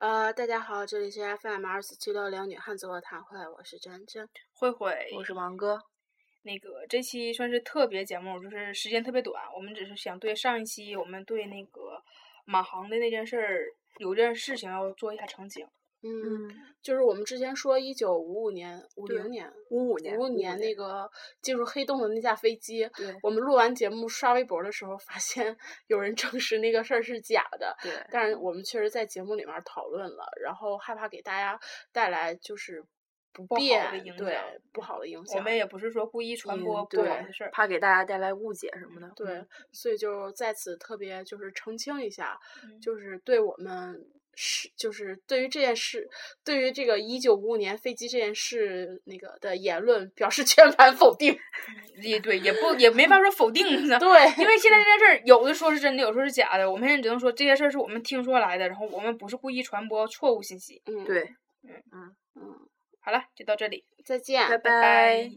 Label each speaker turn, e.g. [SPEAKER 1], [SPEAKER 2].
[SPEAKER 1] 呃，大家好，这里是 FM 二四七六零女汉子卧谈会，我是珍珍，
[SPEAKER 2] 慧慧，
[SPEAKER 1] 我是王哥。
[SPEAKER 2] 那个这期算是特别节目，就是时间特别短，我们只是想对上一期我们对那个马航的那件事儿，有件事情要做一下澄清。
[SPEAKER 1] 嗯，就是我们之前说一九五五年、五
[SPEAKER 2] 对
[SPEAKER 1] 零年、
[SPEAKER 3] 五五
[SPEAKER 1] 五五年那个进入黑洞的那架飞机，
[SPEAKER 2] 对
[SPEAKER 1] 我们录完节目刷微博的时候，发现有人证实那个事儿是假的，
[SPEAKER 3] 对，
[SPEAKER 1] 但是我们确实在节目里面讨论了，然后害怕给大家带来就是不
[SPEAKER 2] 不好的
[SPEAKER 1] 便
[SPEAKER 2] 影
[SPEAKER 1] 对
[SPEAKER 2] 响
[SPEAKER 1] 不好的影响。
[SPEAKER 2] 我们也不是说故意传播
[SPEAKER 3] 嗯
[SPEAKER 2] 不
[SPEAKER 3] 对
[SPEAKER 2] 好的事儿，
[SPEAKER 3] 怕给大家带来误解什么的。
[SPEAKER 1] 对
[SPEAKER 3] 嗯，，
[SPEAKER 1] 所以就在此特别就是澄清一下，
[SPEAKER 2] 嗯
[SPEAKER 1] 就是对我们是就是对于这件事，对于这个一九五五年飞机这件事那个的言论表示 全盘否定。
[SPEAKER 2] 也对，也不也没法说否定呢。因
[SPEAKER 1] 对，
[SPEAKER 2] 为现在这件事儿，有的说是真的，有的说是假的。我们现在只能说这些事儿是我们听说来的，然后我们不是故意传播错误信息。
[SPEAKER 1] 嗯，
[SPEAKER 3] 对，
[SPEAKER 1] 嗯，
[SPEAKER 2] 好了，就到这里，
[SPEAKER 1] 再见，
[SPEAKER 3] 拜
[SPEAKER 2] 拜拜